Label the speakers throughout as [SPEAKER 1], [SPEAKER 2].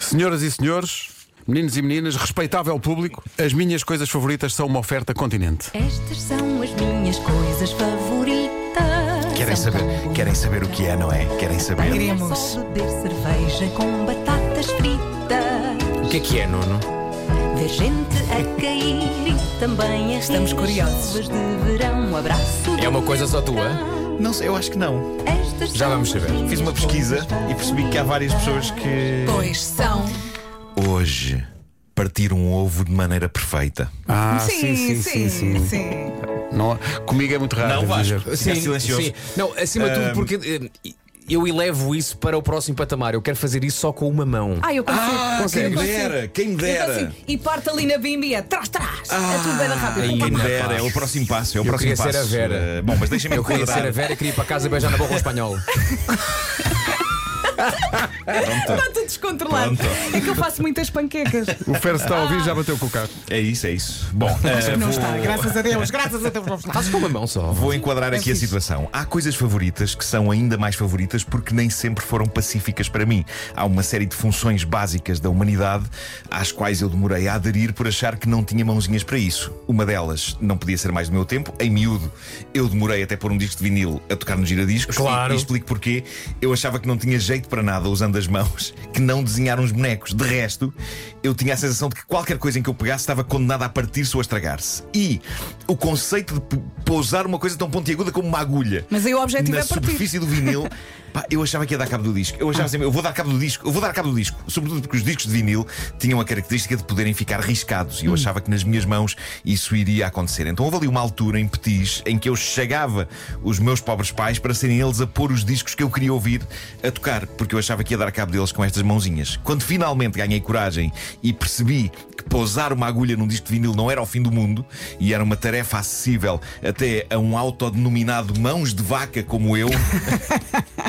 [SPEAKER 1] Senhoras e senhores, meninos e meninas, respeitável público, as minhas coisas favoritas são uma oferta continente.
[SPEAKER 2] Estas são as minhas coisas favoritas.
[SPEAKER 3] Querem saber, querem saber o que é, não é? Querem saber
[SPEAKER 2] Queremos. Só beber cerveja com batatas fritas.
[SPEAKER 3] o que é que é, Nuno?
[SPEAKER 2] Ver gente a cair e também a Estamos
[SPEAKER 4] curiosos.
[SPEAKER 2] De verão, um abraço.
[SPEAKER 4] É uma coisa só tua?
[SPEAKER 3] Não sei, eu acho que não.
[SPEAKER 2] Estas
[SPEAKER 4] Já
[SPEAKER 2] são
[SPEAKER 4] vamos
[SPEAKER 2] as
[SPEAKER 4] saber.
[SPEAKER 2] minhas
[SPEAKER 3] Fiz uma pesquisa e percebi que há várias pessoas que.
[SPEAKER 4] Pois são.
[SPEAKER 3] Hoje, partir um ovo de maneira perfeita.
[SPEAKER 1] Ah,
[SPEAKER 4] sim.
[SPEAKER 1] Não, comigo é muito raro.
[SPEAKER 3] Não,
[SPEAKER 1] devo
[SPEAKER 3] Vasco.
[SPEAKER 1] dizer.
[SPEAKER 3] Ficar silencioso.
[SPEAKER 4] Não, acima de tudo, porque eh, eu elevo isso para o próximo patamar. Eu quero fazer isso só com uma mão.
[SPEAKER 5] Ah, eu consigo.
[SPEAKER 3] quem
[SPEAKER 5] eu
[SPEAKER 3] me
[SPEAKER 5] consigo.
[SPEAKER 3] dera, quem me
[SPEAKER 5] Eu
[SPEAKER 3] dera.
[SPEAKER 5] consigo. Então, assim, E parte ali na bimbi e é trás, trás.
[SPEAKER 3] Ah.
[SPEAKER 5] é tudo bem rápido.
[SPEAKER 4] aí,
[SPEAKER 5] Pá,
[SPEAKER 3] Quem
[SPEAKER 5] pá,
[SPEAKER 3] me
[SPEAKER 5] pá.
[SPEAKER 3] dera, é o próximo passo. É o
[SPEAKER 4] Eu
[SPEAKER 3] próximo
[SPEAKER 4] queria
[SPEAKER 3] passo.
[SPEAKER 4] ser a Vera.
[SPEAKER 3] Eh, bom, mas deixem-me
[SPEAKER 4] Eu queria ser a
[SPEAKER 3] enquadrar.
[SPEAKER 4] Vera e queria ir para casa beijar na boca ao espanhol.
[SPEAKER 3] Pronto.
[SPEAKER 5] Está tudo descontrolado.
[SPEAKER 3] Pronto.
[SPEAKER 5] É que eu faço muitas panquecas.
[SPEAKER 1] O Fer se está a ouvir já bateu com o carro.
[SPEAKER 3] É isso, é isso. Bom, eh, vou-
[SPEAKER 5] Não está, graças a Deus, graças a Deus. não está.
[SPEAKER 4] Fazes com uma mão só.
[SPEAKER 3] Vou enquadrar aqui a situação. Há coisas favoritas que são ainda mais favoritas porque nem sempre foram pacíficas para mim. Há uma série de funções básicas da humanidade às quais eu demorei a aderir por achar que não tinha mãozinhas para isso. Uma delas não podia ser mais do meu tempo. Em miúdo, eu demorei até pôr um disco de vinil a tocar no giradiscos.
[SPEAKER 4] Claro.
[SPEAKER 3] E, e explico porquê. Eu achava que não tinha jeito para nada usando as mãos, que não desenhar uns bonecos. De resto, eu tinha a sensação de que qualquer coisa em que eu pegasse estava condenada a partir-se ou a estragar-se. E o conceito de p- pousar uma coisa tão pontiaguda como uma agulha
[SPEAKER 5] Mas aí o objetivo
[SPEAKER 3] na
[SPEAKER 5] é partir. Ah.
[SPEAKER 3] superfície do vinil, pá, eu achava que ia dar cabo do disco. Eu achava sempre, eu vou dar cabo do disco, eu vou dar cabo do disco. Sobretudo porque os discos de vinil tinham a característica de poderem ficar riscados. E
[SPEAKER 5] Hum.
[SPEAKER 3] eu achava que nas minhas mãos isso iria acontecer. Então houve ali uma altura em Petis em que eu chegava os meus pobres pais para serem eles a pôr os discos que eu queria ouvir a tocar, porque eu achava que ia dar cabo deles com estas mãozinhas. Quando finalmente ganhei coragem e percebi que pousar uma agulha num disco de vinil não era o fim do mundo e era uma tarefa acessível até a um autodenominado mãos de vaca como eu.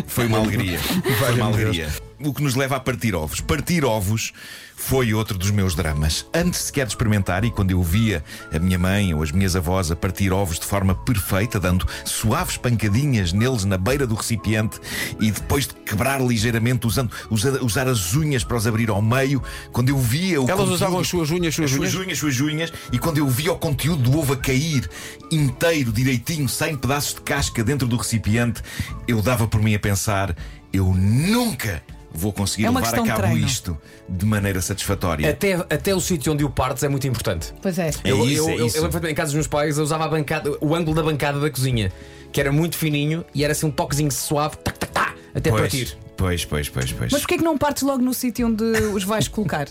[SPEAKER 3] Foi uma alegria. Foi uma alegria. O que nos leva a partir ovos. Partir ovos foi outro dos meus dramas. Antes sequer de experimentar, e quando eu via a minha mãe ou as minhas avós a partir ovos de forma perfeita, dando suaves pancadinhas neles na beira do recipiente e depois de quebrar ligeiramente, usando, usa- usar as unhas para os abrir ao meio, quando eu via o
[SPEAKER 1] Elas
[SPEAKER 3] conteúdo-
[SPEAKER 1] usavam as suas unhas, suas
[SPEAKER 3] as
[SPEAKER 1] unhas.
[SPEAKER 3] suas unhas, suas unhas, e quando eu vi o conteúdo do ovo a cair inteiro, direitinho, sem pedaços de casca dentro do recipiente, eu dava por mim a pensar: eu nunca vou conseguir
[SPEAKER 5] É uma
[SPEAKER 3] levar a
[SPEAKER 5] questão de
[SPEAKER 3] cabo
[SPEAKER 5] treino.
[SPEAKER 3] isto de maneira satisfatória.
[SPEAKER 4] Até, até o sítio onde o partes é muito importante.
[SPEAKER 5] Pois é.
[SPEAKER 3] É
[SPEAKER 4] eu,
[SPEAKER 3] isso,
[SPEAKER 4] eu,
[SPEAKER 3] é
[SPEAKER 4] eu-
[SPEAKER 3] isso.
[SPEAKER 4] eu lembro-me em casa dos meus pais, eu usava a bancada, o ângulo da bancada da cozinha, que era muito fininho e era assim um toquezinho suave, tac, tac, tac, até
[SPEAKER 3] Pois,
[SPEAKER 4] partir.
[SPEAKER 3] pois, pois, pois, pois.
[SPEAKER 5] Mas porquê é que não partes logo no sítio onde os vais colocar?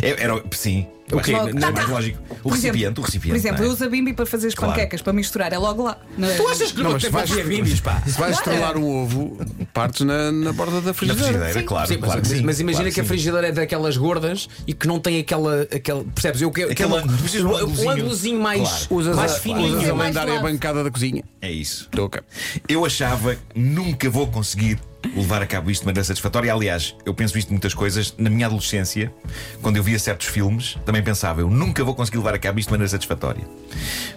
[SPEAKER 3] É- Era, sim,
[SPEAKER 4] O quê?
[SPEAKER 3] Mas-
[SPEAKER 4] Tá,
[SPEAKER 3] é mais
[SPEAKER 5] tá.
[SPEAKER 3] lógico. O
[SPEAKER 5] Por
[SPEAKER 3] recipiente,
[SPEAKER 5] exemplo,
[SPEAKER 3] o recipiente.
[SPEAKER 5] Por exemplo,
[SPEAKER 3] não é?
[SPEAKER 5] eu uso a bimbi para fazer as
[SPEAKER 3] Claro. Então,
[SPEAKER 5] panquecas, para misturar, é logo lá. Não é?
[SPEAKER 4] que
[SPEAKER 1] Não, mas vais-
[SPEAKER 4] havia bimbis, pá?
[SPEAKER 1] Se vais estrelar um ovo, partes na, na borda da
[SPEAKER 3] na
[SPEAKER 1] frigideira.
[SPEAKER 3] frigideira, claro.
[SPEAKER 4] Sim, mas,
[SPEAKER 3] Ah, claro que
[SPEAKER 4] mas-
[SPEAKER 3] sim,
[SPEAKER 4] mas imagina
[SPEAKER 3] claro
[SPEAKER 4] que a
[SPEAKER 3] sim.
[SPEAKER 4] frigideira é daquelas gordas e que não tem aquela. aquela percebes? Eu quero
[SPEAKER 3] Aquele ângulo, precisas de um
[SPEAKER 4] um
[SPEAKER 3] ângulozinho.
[SPEAKER 4] ângulozinho mais,
[SPEAKER 3] Claro.
[SPEAKER 1] Usas
[SPEAKER 4] mais
[SPEAKER 1] a,
[SPEAKER 4] fininho.
[SPEAKER 1] usas a
[SPEAKER 5] É mais
[SPEAKER 1] lendária
[SPEAKER 5] leve.
[SPEAKER 1] bancada da cozinha.
[SPEAKER 3] É isso.
[SPEAKER 1] Estou ok.
[SPEAKER 3] Eu achava nunca vou conseguir levar a cabo isto de maneira satisfatória. Aliás, eu penso isto de muitas coisas. Na minha adolescência, quando eu via certos filmes, também pensava eu nunca vou conseguir levar a cabo isto de maneira satisfatória.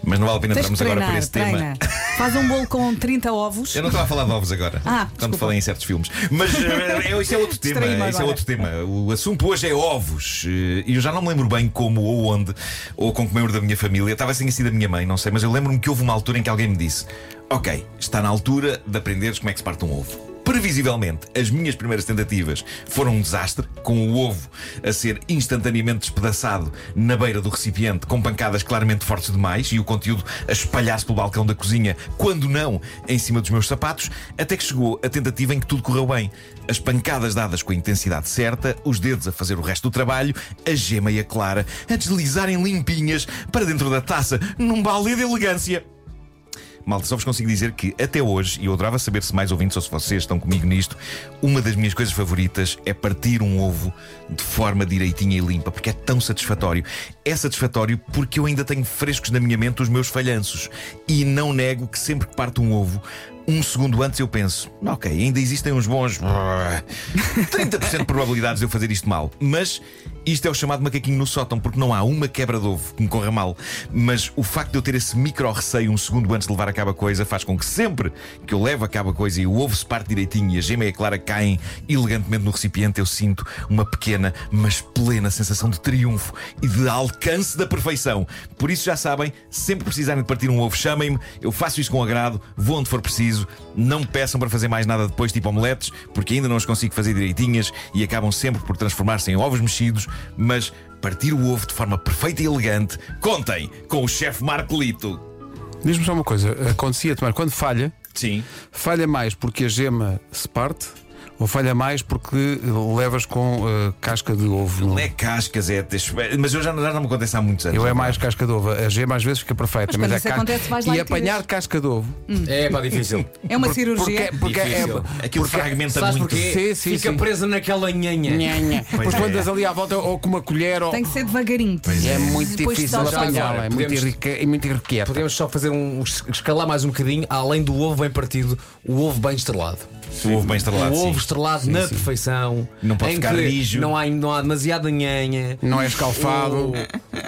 [SPEAKER 3] Mas não vale a pena
[SPEAKER 5] Tens de
[SPEAKER 3] entrarmos agora por
[SPEAKER 5] treinar,
[SPEAKER 3] esse
[SPEAKER 5] treina.
[SPEAKER 3] tema.
[SPEAKER 5] Faz um bolo com 30 ovos.
[SPEAKER 3] Eu não estava a falar de ovos agora,
[SPEAKER 5] Ah,
[SPEAKER 3] quando
[SPEAKER 5] desculpa.
[SPEAKER 3] falei em certos filmes. Mas eh, é- isso é outro tema.
[SPEAKER 5] Distraí-me
[SPEAKER 3] Isso é
[SPEAKER 5] agora.
[SPEAKER 3] outro tema. O assunto hoje é ovos. Eh, E eu já não me lembro bem como ou onde, ou com que membro da minha família. Estava assim assim da minha mãe, não sei, mas eu lembro-me que houve uma altura em que alguém me disse: Ok, está na altura de aprenderes como é que se parte um ovo. Previsivelmente, as minhas primeiras tentativas foram um desastre, com o ovo a ser instantaneamente despedaçado na beira do recipiente, com pancadas claramente fortes demais e o conteúdo a espalhar-se pelo balcão da cozinha, quando não, em cima dos meus sapatos, até que chegou a tentativa em que tudo correu bem. As pancadas dadas com a intensidade certa, os dedos a fazer o resto do trabalho, a gema e a clara a deslizarem limpinhas para dentro da taça, num balé de elegância. Malta, só vos consigo dizer que até hoje, e eu adorava saber se mais ouvintes ou se vocês estão comigo nisto, uma das minhas coisas favoritas é partir um ovo de forma direitinha e limpa, porque é tão satisfatório. É satisfatório porque eu ainda tenho frescos na minha mente os meus falhanços. E não nego que sempre que parto um ovo, um segundo antes eu penso, ok, ainda existem uns bons 30% de probabilidades de eu fazer isto mal, mas Isto é o chamado macaquinho no sótão, porque não há uma quebra de ovo que me corra mal. Mas o facto de eu ter esse micro receio um segundo antes de levar a cabo a coisa faz com que sempre que eu levo a cabo a coisa e o ovo se parte direitinho e a gema e a clara caem elegantemente no recipiente, eu sinto uma pequena, mas plena sensação de triunfo e de alcance da perfeição. Por isso já sabem, sempre que precisarem de partir um ovo, chamem-me, eu faço isso com agrado, vou onde for preciso, não me peçam para fazer mais nada depois, tipo omeletes, porque ainda não as consigo fazer direitinhas e acabam sempre por transformar-se em ovos mexidos, mas partir o ovo de forma perfeita e elegante, contem com o chefe Marco Lito.
[SPEAKER 1] Diz-me só uma coisa: acontecia-te, Marco, quando falha,
[SPEAKER 3] Sim.
[SPEAKER 1] falha mais porque a gema se parte ou falha mais porque levas com eh, casca de ovo?
[SPEAKER 3] Não
[SPEAKER 1] no-
[SPEAKER 3] é cascas, é. Mas eu já, já não me acontece há muitos anos.
[SPEAKER 1] Eu é mais casca de ovo. A gema às vezes fica perfeita,
[SPEAKER 5] Mas
[SPEAKER 1] mas,
[SPEAKER 5] quando
[SPEAKER 1] é
[SPEAKER 5] isso
[SPEAKER 1] casca.
[SPEAKER 5] acontece, vais lá
[SPEAKER 1] e
[SPEAKER 5] e
[SPEAKER 1] apanhar
[SPEAKER 5] tiras.
[SPEAKER 1] casca de ovo.
[SPEAKER 4] É pá, difícil.
[SPEAKER 5] É uma
[SPEAKER 1] Por-
[SPEAKER 5] cirurgia.
[SPEAKER 1] Porque, porque é.
[SPEAKER 4] Difícil.
[SPEAKER 3] Aquilo fragmenta
[SPEAKER 4] Sabes
[SPEAKER 3] Tá muito.
[SPEAKER 4] porquê?
[SPEAKER 1] Sim, sim,
[SPEAKER 4] Fica
[SPEAKER 1] sim.
[SPEAKER 4] preso naquela nhanha.
[SPEAKER 1] Depois
[SPEAKER 3] é.
[SPEAKER 1] quando andas ali à volta ou com uma colher ou.
[SPEAKER 5] Tem que ser devagarinho.
[SPEAKER 1] E É muito
[SPEAKER 5] Depois
[SPEAKER 1] difícil
[SPEAKER 5] salta
[SPEAKER 1] apanhá-la,
[SPEAKER 4] agora.
[SPEAKER 1] é muito
[SPEAKER 4] Podemos-
[SPEAKER 1] irrique- é muito irrequieta.
[SPEAKER 4] Podemos só fazer um. escalar mais um bocadinho, além do ovo bem partido, o ovo bem estrelado.
[SPEAKER 3] O ovo bem
[SPEAKER 4] é O
[SPEAKER 3] estrelado. sim.
[SPEAKER 4] ovo estrelado na perfeição.
[SPEAKER 3] Não pode
[SPEAKER 4] em
[SPEAKER 3] ficar
[SPEAKER 4] que
[SPEAKER 3] rijo.
[SPEAKER 4] Não há, não há demasiada nhanha.
[SPEAKER 1] Não é escalfado.
[SPEAKER 4] O-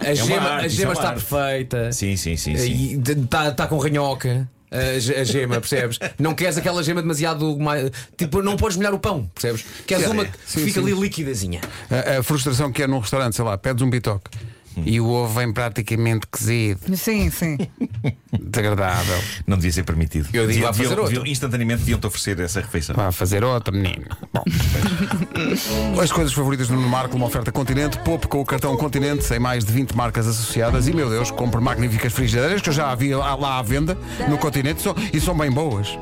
[SPEAKER 4] A gema,
[SPEAKER 3] arte, isso
[SPEAKER 4] a
[SPEAKER 3] é
[SPEAKER 4] gema
[SPEAKER 3] uma
[SPEAKER 4] está
[SPEAKER 3] arte.
[SPEAKER 4] perfeita.
[SPEAKER 3] Sim, sim, sim. sim.
[SPEAKER 4] Eh, E Está tá com ranhoca a, ge- a gema, percebes? não queres aquela gema demasiado. ma- Tipo, não podes molhar o pão, percebes? Queres
[SPEAKER 1] Sim,
[SPEAKER 4] uma
[SPEAKER 1] sim,
[SPEAKER 4] que
[SPEAKER 1] sim,
[SPEAKER 4] fica
[SPEAKER 1] sim.
[SPEAKER 4] ali liquidazinha.
[SPEAKER 1] A, a frustração que é num restaurante, sei lá, pedes um bitoque
[SPEAKER 4] Hum.
[SPEAKER 1] e o ovo vem praticamente cozido,
[SPEAKER 5] Sim, sim.
[SPEAKER 1] desagradável.
[SPEAKER 3] Não devia ser permitido.
[SPEAKER 4] Eu digo,
[SPEAKER 3] Deviam-
[SPEAKER 4] vá fazer
[SPEAKER 3] deviam-
[SPEAKER 4] outro.
[SPEAKER 3] deviam- instantaneamente deviam-te oferecer essa refeição.
[SPEAKER 1] Vá fazer outro, menino. Bom. As coisas favoritas do Nuno Marco, uma oferta Continente. Poupe com o cartão Continente, sem mais de 20 marcas associadas. E, meu Deus, compre magníficas frigideiras que eu já havia lá, lá à venda no Continente só- e são bem boas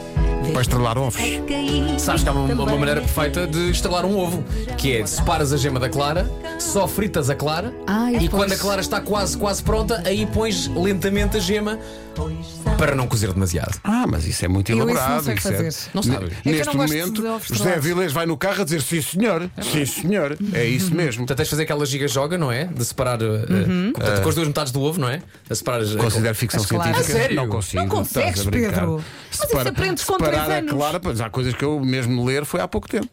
[SPEAKER 1] para estrelar ovos.
[SPEAKER 2] a cair.
[SPEAKER 4] Sabes que há uma, uma
[SPEAKER 2] também.
[SPEAKER 4] maneira perfeita de estalar um ovo, que é separas a gema da clara, só fritas a clara
[SPEAKER 5] Ah, e
[SPEAKER 4] e
[SPEAKER 5] depois-
[SPEAKER 4] quando a clara está quase, quase pronta, aí pões lentamente a gema para não cozer demasiado.
[SPEAKER 1] Ah, mas isso é muito
[SPEAKER 5] Eu isso não
[SPEAKER 1] elaborado.
[SPEAKER 5] sei fazer.
[SPEAKER 1] é-
[SPEAKER 4] Não
[SPEAKER 1] Ne-
[SPEAKER 4] sabes. É
[SPEAKER 5] que eu
[SPEAKER 1] Neste
[SPEAKER 5] não gosto de
[SPEAKER 1] momento,
[SPEAKER 5] ovos
[SPEAKER 1] José
[SPEAKER 5] estrelados.
[SPEAKER 1] Vilés vai no carro a dizer: Sim, senhor, sim, senhor. É isso mesmo.
[SPEAKER 4] Portanto, tens de fazer aquela giga-joga, não é? De separar uh, uh, portanto, com as duas metades do ovo, não é? A separar as-
[SPEAKER 1] Eh. Considero ficção
[SPEAKER 5] Mas claro.
[SPEAKER 1] científica.
[SPEAKER 4] A sério?
[SPEAKER 1] Uhum. Não consigo.
[SPEAKER 5] Não consegues,
[SPEAKER 1] estás a brincar.
[SPEAKER 5] Pedro. Mas isso aprendes com
[SPEAKER 1] separar
[SPEAKER 5] três
[SPEAKER 1] é
[SPEAKER 5] anos.
[SPEAKER 1] claro, pois há coisas que eu mesmo ler foi há pouco tempo.